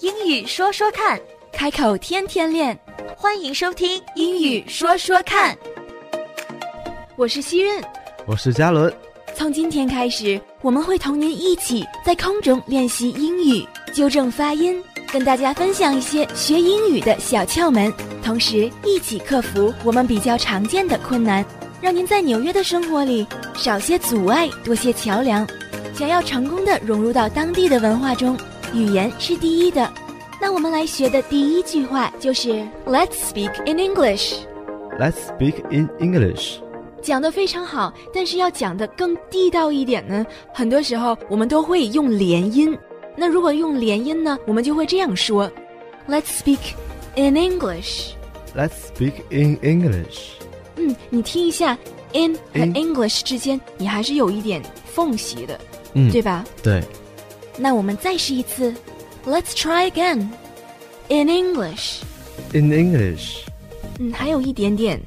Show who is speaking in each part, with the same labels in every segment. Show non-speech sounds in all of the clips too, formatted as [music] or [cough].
Speaker 1: 英语说说看，
Speaker 2: 开口天天练，
Speaker 1: 欢迎收听
Speaker 2: 英语说说看。我是希任，
Speaker 3: 我是嘉伦。
Speaker 2: 从今天开始，我们会同您一起在空中练习英语，纠正发音，跟大家分享一些学英语的小窍门，同时一起克服我们比较常见的困难，让您在纽约的生活里少些阻碍，多些桥梁。想要成功的融入到当地的文化中，语言是第一的。那我们来学的第一句话就是 "Let's speak in English"，
Speaker 3: Let's speak in English.
Speaker 2: 讲的非常好，但是要讲的更地道一点呢，很多时候我们都会用连音。那如果用连音呢，我们就会这样说：Let's speak in English。
Speaker 3: Let's speak in English.
Speaker 2: 嗯，你听一下，in 和
Speaker 3: In
Speaker 2: English 之间，你还是有一点缝隙的，
Speaker 3: 嗯，
Speaker 2: 对吧？
Speaker 3: 对
Speaker 2: 那我们再试一次，Let's try again in English。
Speaker 3: ，in English,
Speaker 2: 嗯，还有一点点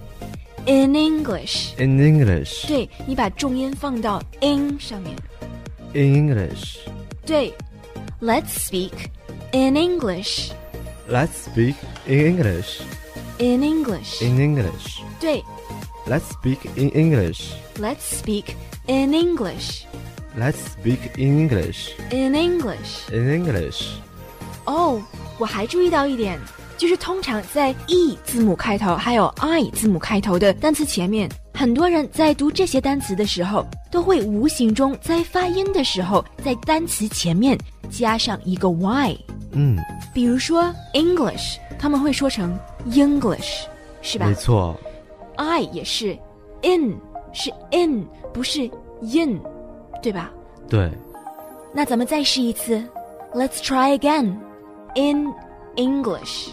Speaker 2: ，in English。
Speaker 3: in English,
Speaker 2: 对你把重音放到 in 上面。
Speaker 3: in English.
Speaker 2: 对，Let's speak in English。
Speaker 3: Let's speak in English,
Speaker 2: In English，
Speaker 3: in English.
Speaker 2: 对
Speaker 3: Let's speak in English.
Speaker 2: ，Let's speak in English。
Speaker 3: Let's speak in English,
Speaker 2: In English，
Speaker 3: in English.
Speaker 2: 哦、我还注意到一点，就是通常在 e 字母开头还有 i 字母开头的单词前面，很多人在读这些单词的时候，都会无形中在发音的时候，在单词前面加上一个 y。
Speaker 3: 嗯，
Speaker 2: 比如说 English，他们会说成 English，是吧
Speaker 3: 没错，
Speaker 2: ？i 也是 in，是 in，不是 in，对吧？
Speaker 3: 对
Speaker 2: 那咱们再试一次，Let's try again in English。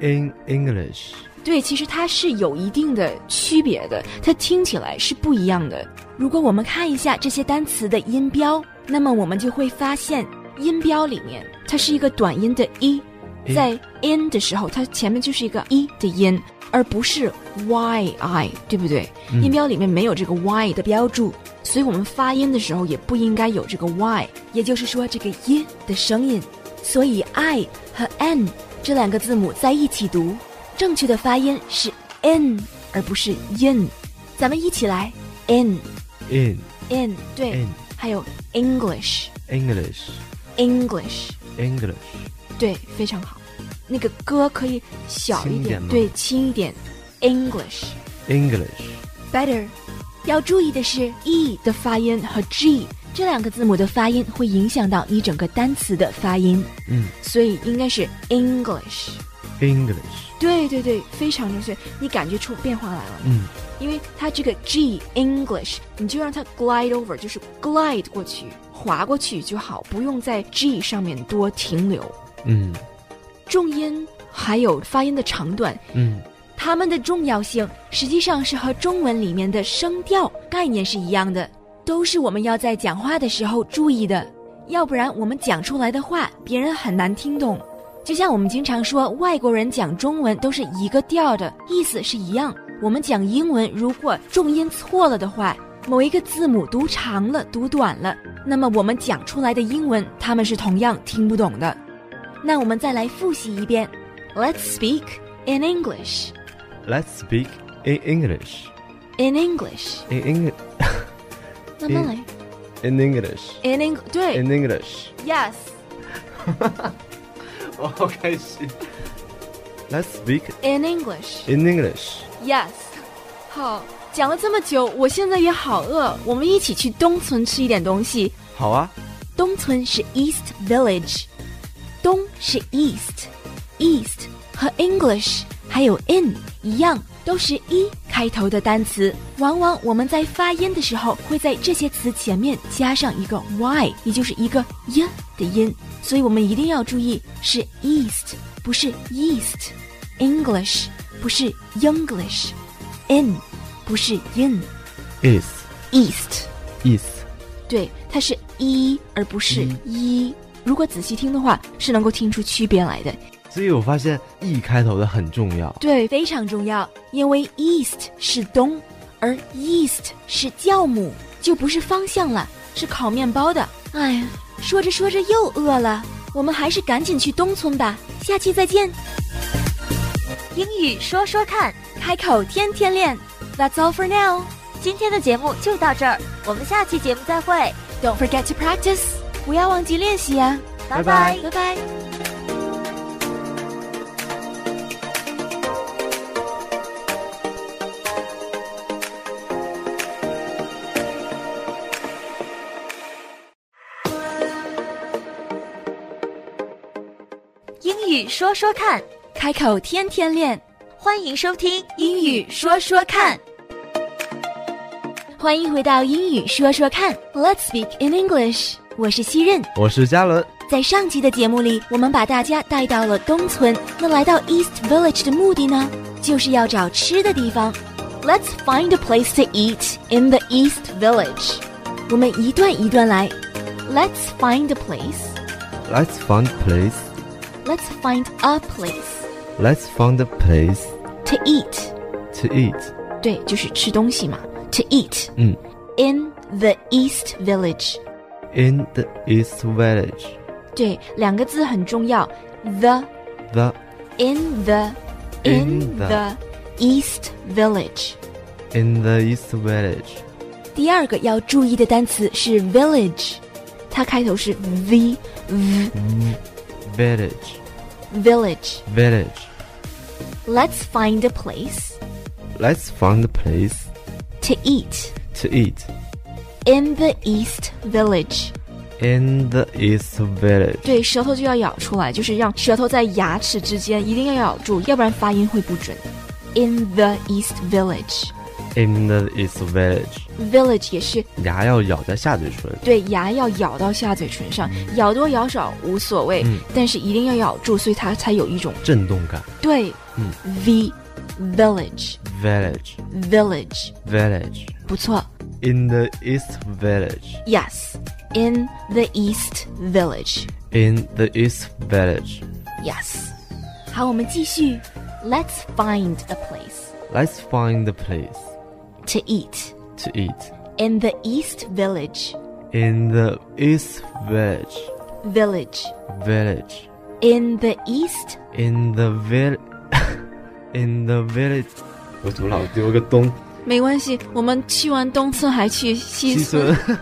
Speaker 3: ，in English.
Speaker 2: 对，其实它是有一定的区别的，它听起来是不一样的。如果我们看一下这些单词的音标，那么我们就会发现音标里面它是一个短音的 e，
Speaker 3: 诶
Speaker 2: 在 in 的时候，它前面就是一个 e 的音，而不是 y i，对不对？音标里面没有这个 y 的标注，所以我们发音的时候也不应该有这个 y，也就是说这个 i 的声音。所以 i 和 n 这两个字母在一起读，正确的发音是 n 而不是 in。咱们一起来 in
Speaker 3: in
Speaker 2: in 对
Speaker 3: in
Speaker 2: 还有 English
Speaker 3: English,
Speaker 2: English。
Speaker 3: English.
Speaker 2: 对，非常好。那个歌可以小一
Speaker 3: 轻一点
Speaker 2: 点，
Speaker 3: 吗
Speaker 2: 对，轻一点。English
Speaker 3: English.
Speaker 2: better。要注意的是，e 的发音和 g 这两个字母的发音会影响到你整个单词的发音，
Speaker 3: 嗯
Speaker 2: 所以应该是 English。
Speaker 3: ，English.
Speaker 2: 对对对，非常正确，你感觉出变化来了。
Speaker 3: 嗯，
Speaker 2: 因为它这个 G English，你就让它 glide over，就是 glide 过去，滑过去就好，不用在 G 上面多停留。
Speaker 3: 嗯
Speaker 2: 重音还有发音的长短，
Speaker 3: 嗯
Speaker 2: 它们的重要性实际上是和中文里面的声调概念是一样的，都是我们要在讲话的时候注意的，要不然我们讲出来的话别人很难听懂。就像我们经常说外国人讲中文都是一个调的，意思是一样。我们讲英文如果重音错了的话，某一个字母读长了、读短了，那么我们讲出来的英文他们是同样听不懂的。那我们再来复习一遍，Let's speak in English。
Speaker 3: ，Let's speak in English.
Speaker 2: in English，
Speaker 3: In English.
Speaker 2: 慢慢来。
Speaker 3: In English.
Speaker 2: in English，对
Speaker 3: In English.
Speaker 2: y e s
Speaker 3: 我好开心。Let's speak
Speaker 2: in English，yes。
Speaker 3: in English.
Speaker 2: 好，讲了这么久，我现在也好饿，我们一起去东村吃一点东西。
Speaker 3: 好啊，
Speaker 2: 东村是 East Village，东是 East，East 和 English 还有 in 一样，都是一开头的单词。往往我们在发音的时候，会在这些词前面加上一个 y，也就是一个 y 的音，所以我们一定要注意是 East 不是 East，English 不是 English，in 不是 in，East。
Speaker 3: is is
Speaker 2: 对，它是一而不是一。如果仔细听的话，是能够听出区别来的。
Speaker 3: 所以我发现 e 开头的很重要。
Speaker 2: 对，非常重要，因为 east 是东，而 east 是酵母，就不是方向了，是烤面包的。哎呀，说着说着又饿了，我们还是赶紧去东村吧。下期再见，
Speaker 1: 英语说说看。
Speaker 2: 开口天天练。That's all for now.
Speaker 1: 今天的节目就到这儿，我们下期节目再会，
Speaker 2: Don't forget to practice. 不要忘记练习啊呀、
Speaker 1: 拜
Speaker 3: 拜
Speaker 2: 拜
Speaker 3: 拜
Speaker 2: 拜。
Speaker 1: 英语说说看，
Speaker 2: 开口天天练。
Speaker 1: 欢迎收听
Speaker 2: 英语说说看。欢迎回到英语说说看，Let's speak in English。我是西任。
Speaker 3: 我是嘉伦，
Speaker 2: 在上集的节目里，我们把大家带到了东村。那来到 East Village 的目的呢，就是要找吃的地方。Let's find a place to eat in the East Village。我们一段一段来。Let's find a place.
Speaker 3: Let's find place.
Speaker 2: Let's find a place
Speaker 3: Let's find a place
Speaker 2: to eat.
Speaker 3: to eat.
Speaker 2: 对，就是吃东西嘛。To eat
Speaker 3: 嗯
Speaker 2: in the East Village。
Speaker 3: ，in the East Village.
Speaker 2: 对，两个字很重要。The
Speaker 3: The
Speaker 2: in the in
Speaker 3: In the
Speaker 2: the East Village。
Speaker 3: in the East Village.
Speaker 2: 第二个要注意的单词是 village，它开头是 v v
Speaker 3: Village.
Speaker 2: village。
Speaker 3: Village.
Speaker 2: Let's find a place
Speaker 3: Let's find a place
Speaker 2: to eat
Speaker 3: to eat
Speaker 2: in the East Village。
Speaker 3: in the East Village.
Speaker 2: 对，舌头就要咬出来，就是让舌头在牙齿之间一定要咬住，要不然发音会不准。In the East Village。
Speaker 3: In the East Village.
Speaker 2: Village 也是
Speaker 3: 牙要咬在下嘴唇。
Speaker 2: 对牙要咬到下嘴唇上，咬多咬少无所谓，
Speaker 3: 嗯
Speaker 2: 但是一定要咬住，所以它才有一种
Speaker 3: 震动感。
Speaker 2: 对、
Speaker 3: 嗯
Speaker 2: v village
Speaker 3: Village,
Speaker 2: village
Speaker 3: village.
Speaker 2: 不错
Speaker 3: In the East Village.
Speaker 2: ，yes in the East Village
Speaker 3: In the East Village.
Speaker 2: yes。好，我们继续，Let's find a place
Speaker 3: Let's find a place
Speaker 2: to eat
Speaker 3: to eat.
Speaker 2: in the East Village
Speaker 3: In the East Village.
Speaker 2: village
Speaker 3: Village.
Speaker 2: in the East
Speaker 3: In the vill. [laughs] In the village. 我怎么老丢个东？
Speaker 2: 没关系，我们去完东村还去西
Speaker 3: 西
Speaker 2: 村。
Speaker 3: 村。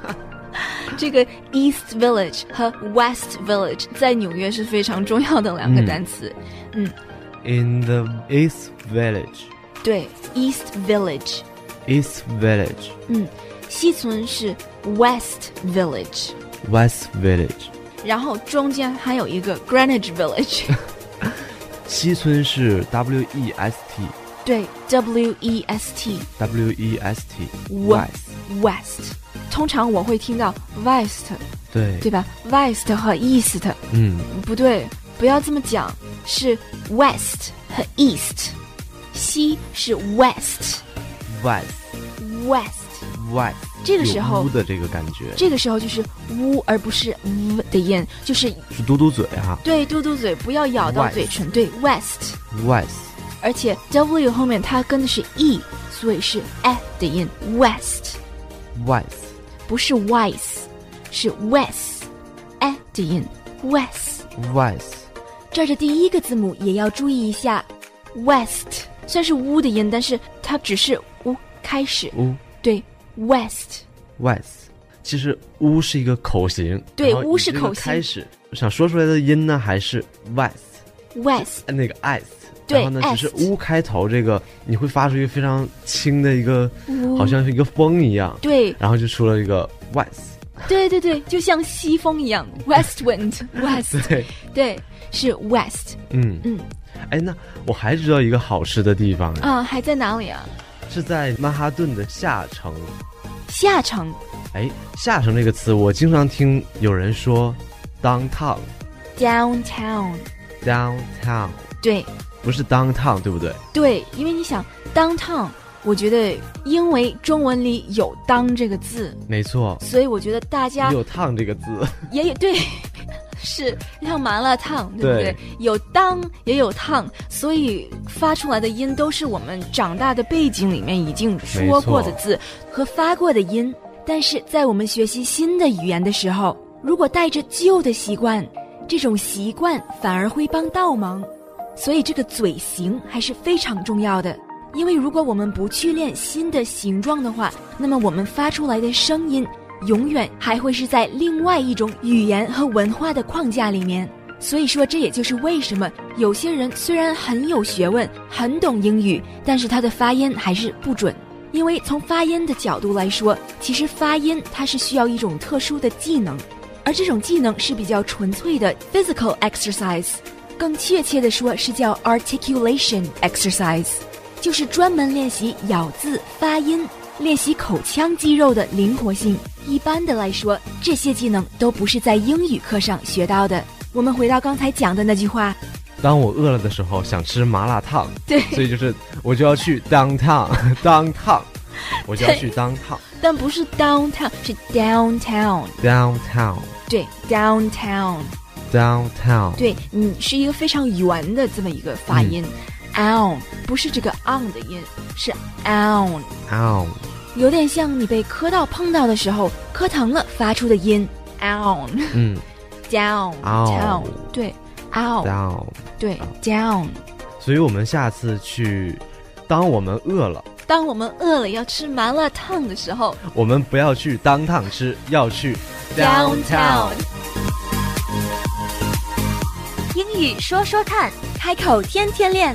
Speaker 2: 这个 East Village 和 West Village 在纽约是非常重要的两个单词。嗯
Speaker 3: In the East Village.
Speaker 2: 对，East Village，
Speaker 3: East Village.
Speaker 2: 嗯，西村是 West Village，
Speaker 3: West Village.
Speaker 2: 然后中间还有一个 Greenwich Village，
Speaker 3: 西村是 W E S T
Speaker 2: 对，W E S T
Speaker 3: W E S T
Speaker 2: West West。通常我会听到 West，
Speaker 3: 对，
Speaker 2: 对吧？West 和 East
Speaker 3: 嗯
Speaker 2: 不对，不要这么讲，是 West 和 East，西是 West。
Speaker 3: ，West
Speaker 2: west，
Speaker 3: West，
Speaker 2: 这个时候
Speaker 3: 有“呜”的这个感觉
Speaker 2: 这个时候就是呜，而不是呜的音，就是
Speaker 3: 是嘟嘟嘴哈、
Speaker 2: 对嘟嘟嘴，不要咬到
Speaker 3: West
Speaker 2: 嘴唇。对 west，
Speaker 3: West
Speaker 2: 而且 w 后面它跟的是 e，所以是 e 的音。west
Speaker 3: West
Speaker 2: 不是 wise，是 west，e 的音。west，
Speaker 3: West
Speaker 2: 这儿的第一个字母也要注意一下。west 虽然是呜的音，但是它只是呜开始。
Speaker 3: 呜
Speaker 2: 对 west，
Speaker 3: West，其实“呜”是一个口型，
Speaker 2: 对
Speaker 3: 然后
Speaker 2: 呜
Speaker 3: 你
Speaker 2: 是
Speaker 3: 这个
Speaker 2: 口型
Speaker 3: 开始想说出来的音呢，还是 West
Speaker 2: west，
Speaker 3: 那个 S。
Speaker 2: 对
Speaker 3: 然后呢，只是
Speaker 2: est
Speaker 3: “呜”开头，这个你会发出一个非常轻的一个，
Speaker 2: 呜
Speaker 3: 好像是一个风一样，
Speaker 2: 对
Speaker 3: 然后就出了一个 West，
Speaker 2: 对对对，就像西风一样，West wind West，
Speaker 3: [laughs] 对，
Speaker 2: 对，是 West。
Speaker 3: 嗯
Speaker 2: 嗯，
Speaker 3: 哎，那我还知道一个好吃的地方，
Speaker 2: 啊，还在哪里啊？
Speaker 3: 是在曼哈顿的下城。
Speaker 2: 下城
Speaker 3: 哎，下城这个词我经常听有人说 downtown
Speaker 2: downtown。
Speaker 3: downtown，
Speaker 2: 对
Speaker 3: 不是 downtown 对不对？
Speaker 2: 对，因为你想 downtown，我觉得因为中文里有“当”这个字，
Speaker 3: 没错，
Speaker 2: 所以我觉得大家
Speaker 3: 也有 town 这个字，
Speaker 2: 也有对。 [laughs] 是像麻辣烫，对不对？
Speaker 3: 对
Speaker 2: 有当也有烫，所以发出来的音都是我们长大的背景里面已经说过的字和发过的音。但是在我们学习新的语言的时候，如果带着旧的习惯，这种习惯反而会帮倒忙。所以这个嘴型还是非常重要的，因为如果我们不去练新的形状的话，那么我们发出来的声音永远还会是在另外一种语言和文化的框架里面。所以说，这也就是为什么有些人虽然很有学问、很懂英语，但是他的发音还是不准。因为从发音的角度来说，其实发音它是需要一种特殊的技能，而这种技能是比较纯粹的 physical exercise。更确切的说是叫 articulation exercise，就是专门练习咬字、发音，练习口腔肌肉的灵活性。一般的来说，这些技能都不是在英语课上学到的。我们回到刚才讲的那句话，
Speaker 3: 当我饿了的时候，想吃麻辣烫，
Speaker 2: 对，
Speaker 3: 所以就是我就要去当 [laughs] 烫当烫，我就要去当烫
Speaker 2: 但不是 downtown，是 downtown，
Speaker 3: downtown
Speaker 2: 对 downtown，
Speaker 3: downtown
Speaker 2: 对，嗯，是一个非常圆的这么一个发音、o
Speaker 3: 嗯
Speaker 2: w n 不是这个 on 的音，是 on。
Speaker 3: down
Speaker 2: 有点像你被磕到、碰到的时候磕疼了发出的音，ow
Speaker 3: 嗯
Speaker 2: [laughs] down
Speaker 3: Ow
Speaker 2: down，对，ow
Speaker 3: down，
Speaker 2: 对 down。
Speaker 3: 所以我们下次去，当我们饿了，
Speaker 2: 当我们饿了要吃麻辣烫的时候
Speaker 3: 我们不要去当烫吃，要去
Speaker 2: ，downtown。
Speaker 1: 英语说说看
Speaker 2: 开口天天练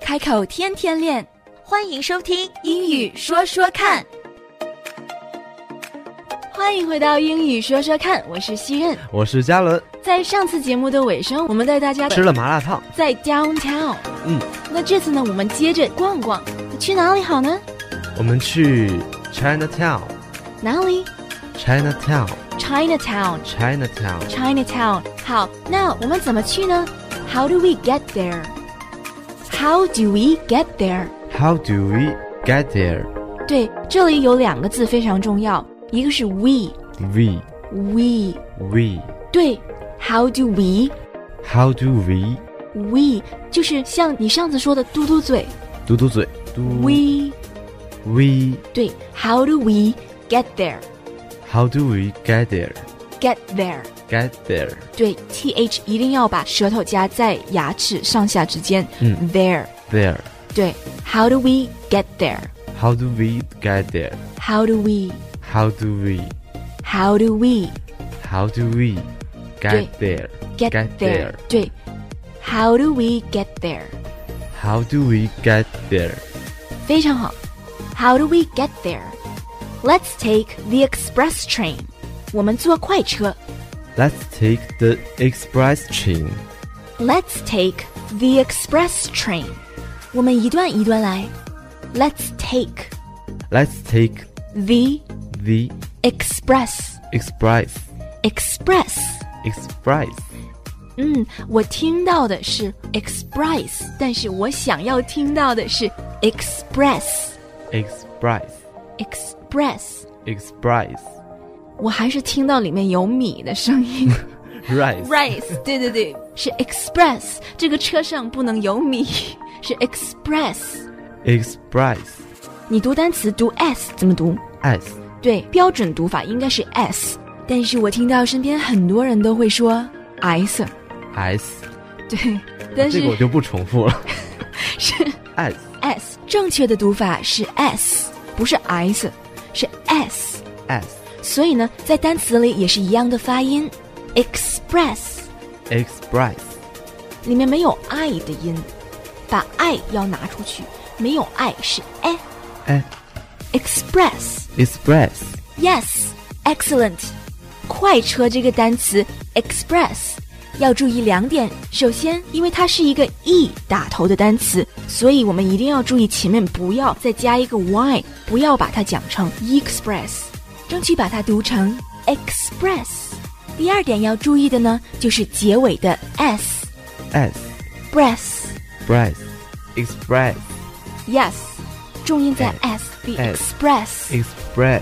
Speaker 2: 开口天天练，
Speaker 1: 欢迎收听
Speaker 2: 英语说说看。欢迎回到英语说说看，我是西任。
Speaker 3: 我是嘉伦，
Speaker 2: 在上次节目的尾声，我们带大家
Speaker 3: 吃了麻辣烫，
Speaker 2: 在 downtown。
Speaker 3: 嗯，
Speaker 2: 那这次呢，我们接着逛逛，去哪里好呢？
Speaker 3: 我们去 Chinatown
Speaker 2: 哪里
Speaker 3: Chinatown
Speaker 2: ？Chinatown。
Speaker 3: Chinatown
Speaker 2: Chinatown。好，那我们怎么去呢？How do we get there? How do we get there?
Speaker 3: How do we get there?
Speaker 2: 对，这里有两个字非常重要，一个是 we
Speaker 3: We
Speaker 2: we，
Speaker 3: we
Speaker 2: 对，How do we
Speaker 3: How do we
Speaker 2: we 就是像你上次说的嘟嘟嘴
Speaker 3: 嘟嘟嘴嘟
Speaker 2: we，
Speaker 3: we
Speaker 2: 对，How do we get there?
Speaker 3: How do we get there?
Speaker 2: Get there.
Speaker 3: Get there
Speaker 2: 对，t h 一定要把舌头夹在牙齿上下之间。
Speaker 3: 嗯
Speaker 2: t h e r e
Speaker 3: there
Speaker 2: 对，How do we get there?
Speaker 3: How do we get there?
Speaker 2: How do we?
Speaker 3: How do we
Speaker 2: How do we
Speaker 3: How do we get there?
Speaker 2: get,
Speaker 3: Get there
Speaker 2: 对，How do we get there?
Speaker 3: How do we get there?
Speaker 2: 非常好。How do we get there? Let's take the express train. 我们坐快车。
Speaker 3: Let's take the express train.
Speaker 2: Let's take the express train. 我们一段一段来。Let's take
Speaker 3: Let's take
Speaker 2: the
Speaker 3: the
Speaker 2: express
Speaker 3: express
Speaker 2: express.
Speaker 3: express
Speaker 2: 嗯，我听到的是 express，但是我想要听到的是 express
Speaker 3: express
Speaker 2: express。
Speaker 3: express
Speaker 2: 我还是听到里面有米的声
Speaker 3: [laughs]
Speaker 2: 音
Speaker 3: rice
Speaker 2: ，rice。对对对，是 express。这个车上不能有米，是 express。
Speaker 3: express
Speaker 2: 你读单词读 s 怎么读？
Speaker 3: s
Speaker 2: 对，标准读法应该是 s，但是我听到身边很多人都会说 s，
Speaker 3: s
Speaker 2: 对，但是
Speaker 3: 这个我就不重复了
Speaker 2: [laughs] 是
Speaker 3: s
Speaker 2: s，正确的读法是 s，不是 s，是 s。
Speaker 3: s
Speaker 2: 所以呢，在单词里也是一样的发音，express
Speaker 3: express
Speaker 2: 里面没有 i 的音，把 i 要拿出去，没有 i 是 e
Speaker 3: e
Speaker 2: express
Speaker 3: express
Speaker 2: yes excellent。快车这个单词 express 要注意两点，首先，因为它是一个 e 打头的单词，所以我们一定要注意前面不要再加一个 y，不 e 要把它讲成 express，争取把它读成 express。第二点要注意的呢，就是结尾的 s
Speaker 3: S
Speaker 2: breath
Speaker 3: breath express
Speaker 2: yes，重音在 s the
Speaker 3: S
Speaker 2: express，
Speaker 3: express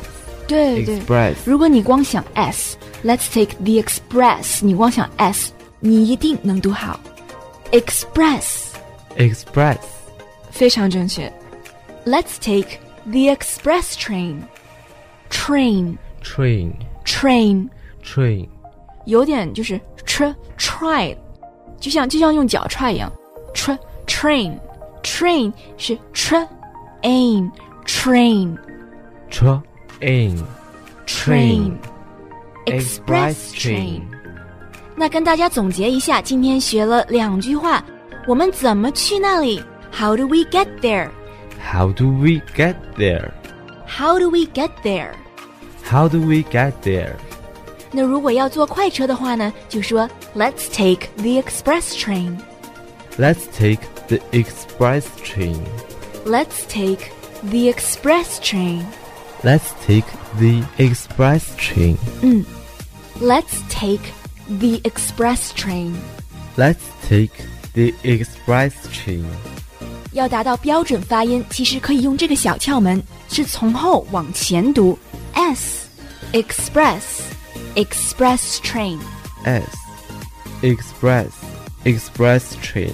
Speaker 2: 对对。
Speaker 3: express
Speaker 2: 如果你光想 s，let's take the express，你光想 s，你一定能读好 express，
Speaker 3: express
Speaker 2: 非常正确。Let's take the express train。train
Speaker 3: train
Speaker 2: train
Speaker 3: train
Speaker 2: 有点就是 tr try，就像就像用脚 try 一样，tr train train 是 tr ain train
Speaker 3: train
Speaker 2: train express train。那跟大家总结一下，今天学了两句话，我们怎么去那里？How do we get there?
Speaker 3: How do we get there?
Speaker 2: How do we get there?
Speaker 3: How do we get there?
Speaker 2: 那如果要坐快车的话呢，就说 Let's take the express train.
Speaker 3: Let's take the express train.
Speaker 2: Let's take the express train.
Speaker 3: Let's take the express train.
Speaker 2: 嗯 Let's take the express train.
Speaker 3: Let's take the express train.
Speaker 2: 要达到标准发音，其实可以用这个小窍门，是从后往前读 s express express train。
Speaker 3: S express express train。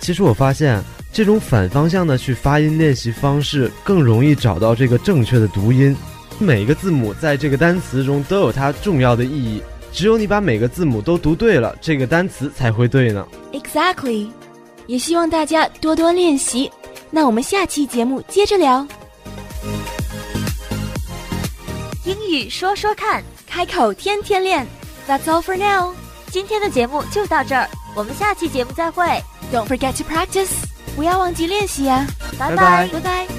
Speaker 3: 其实我发现这种反方向的去发音练习方式更容易找到这个正确的读音。每个字母在这个单词中都有它重要的意义，只有你把每个字母都读对了，这个单词才会对呢。
Speaker 2: Exactly，也希望大家多多练习。那我们下期节目接着聊，
Speaker 1: 英语说说看。
Speaker 2: 开口天天练。That's all for now.
Speaker 1: 今天的节目就到这儿，我们下期节目再会，
Speaker 2: Don't forget to practice. 不要忘记练习呀、啊
Speaker 1: 拜
Speaker 3: 拜
Speaker 2: 拜
Speaker 3: 拜
Speaker 2: 拜。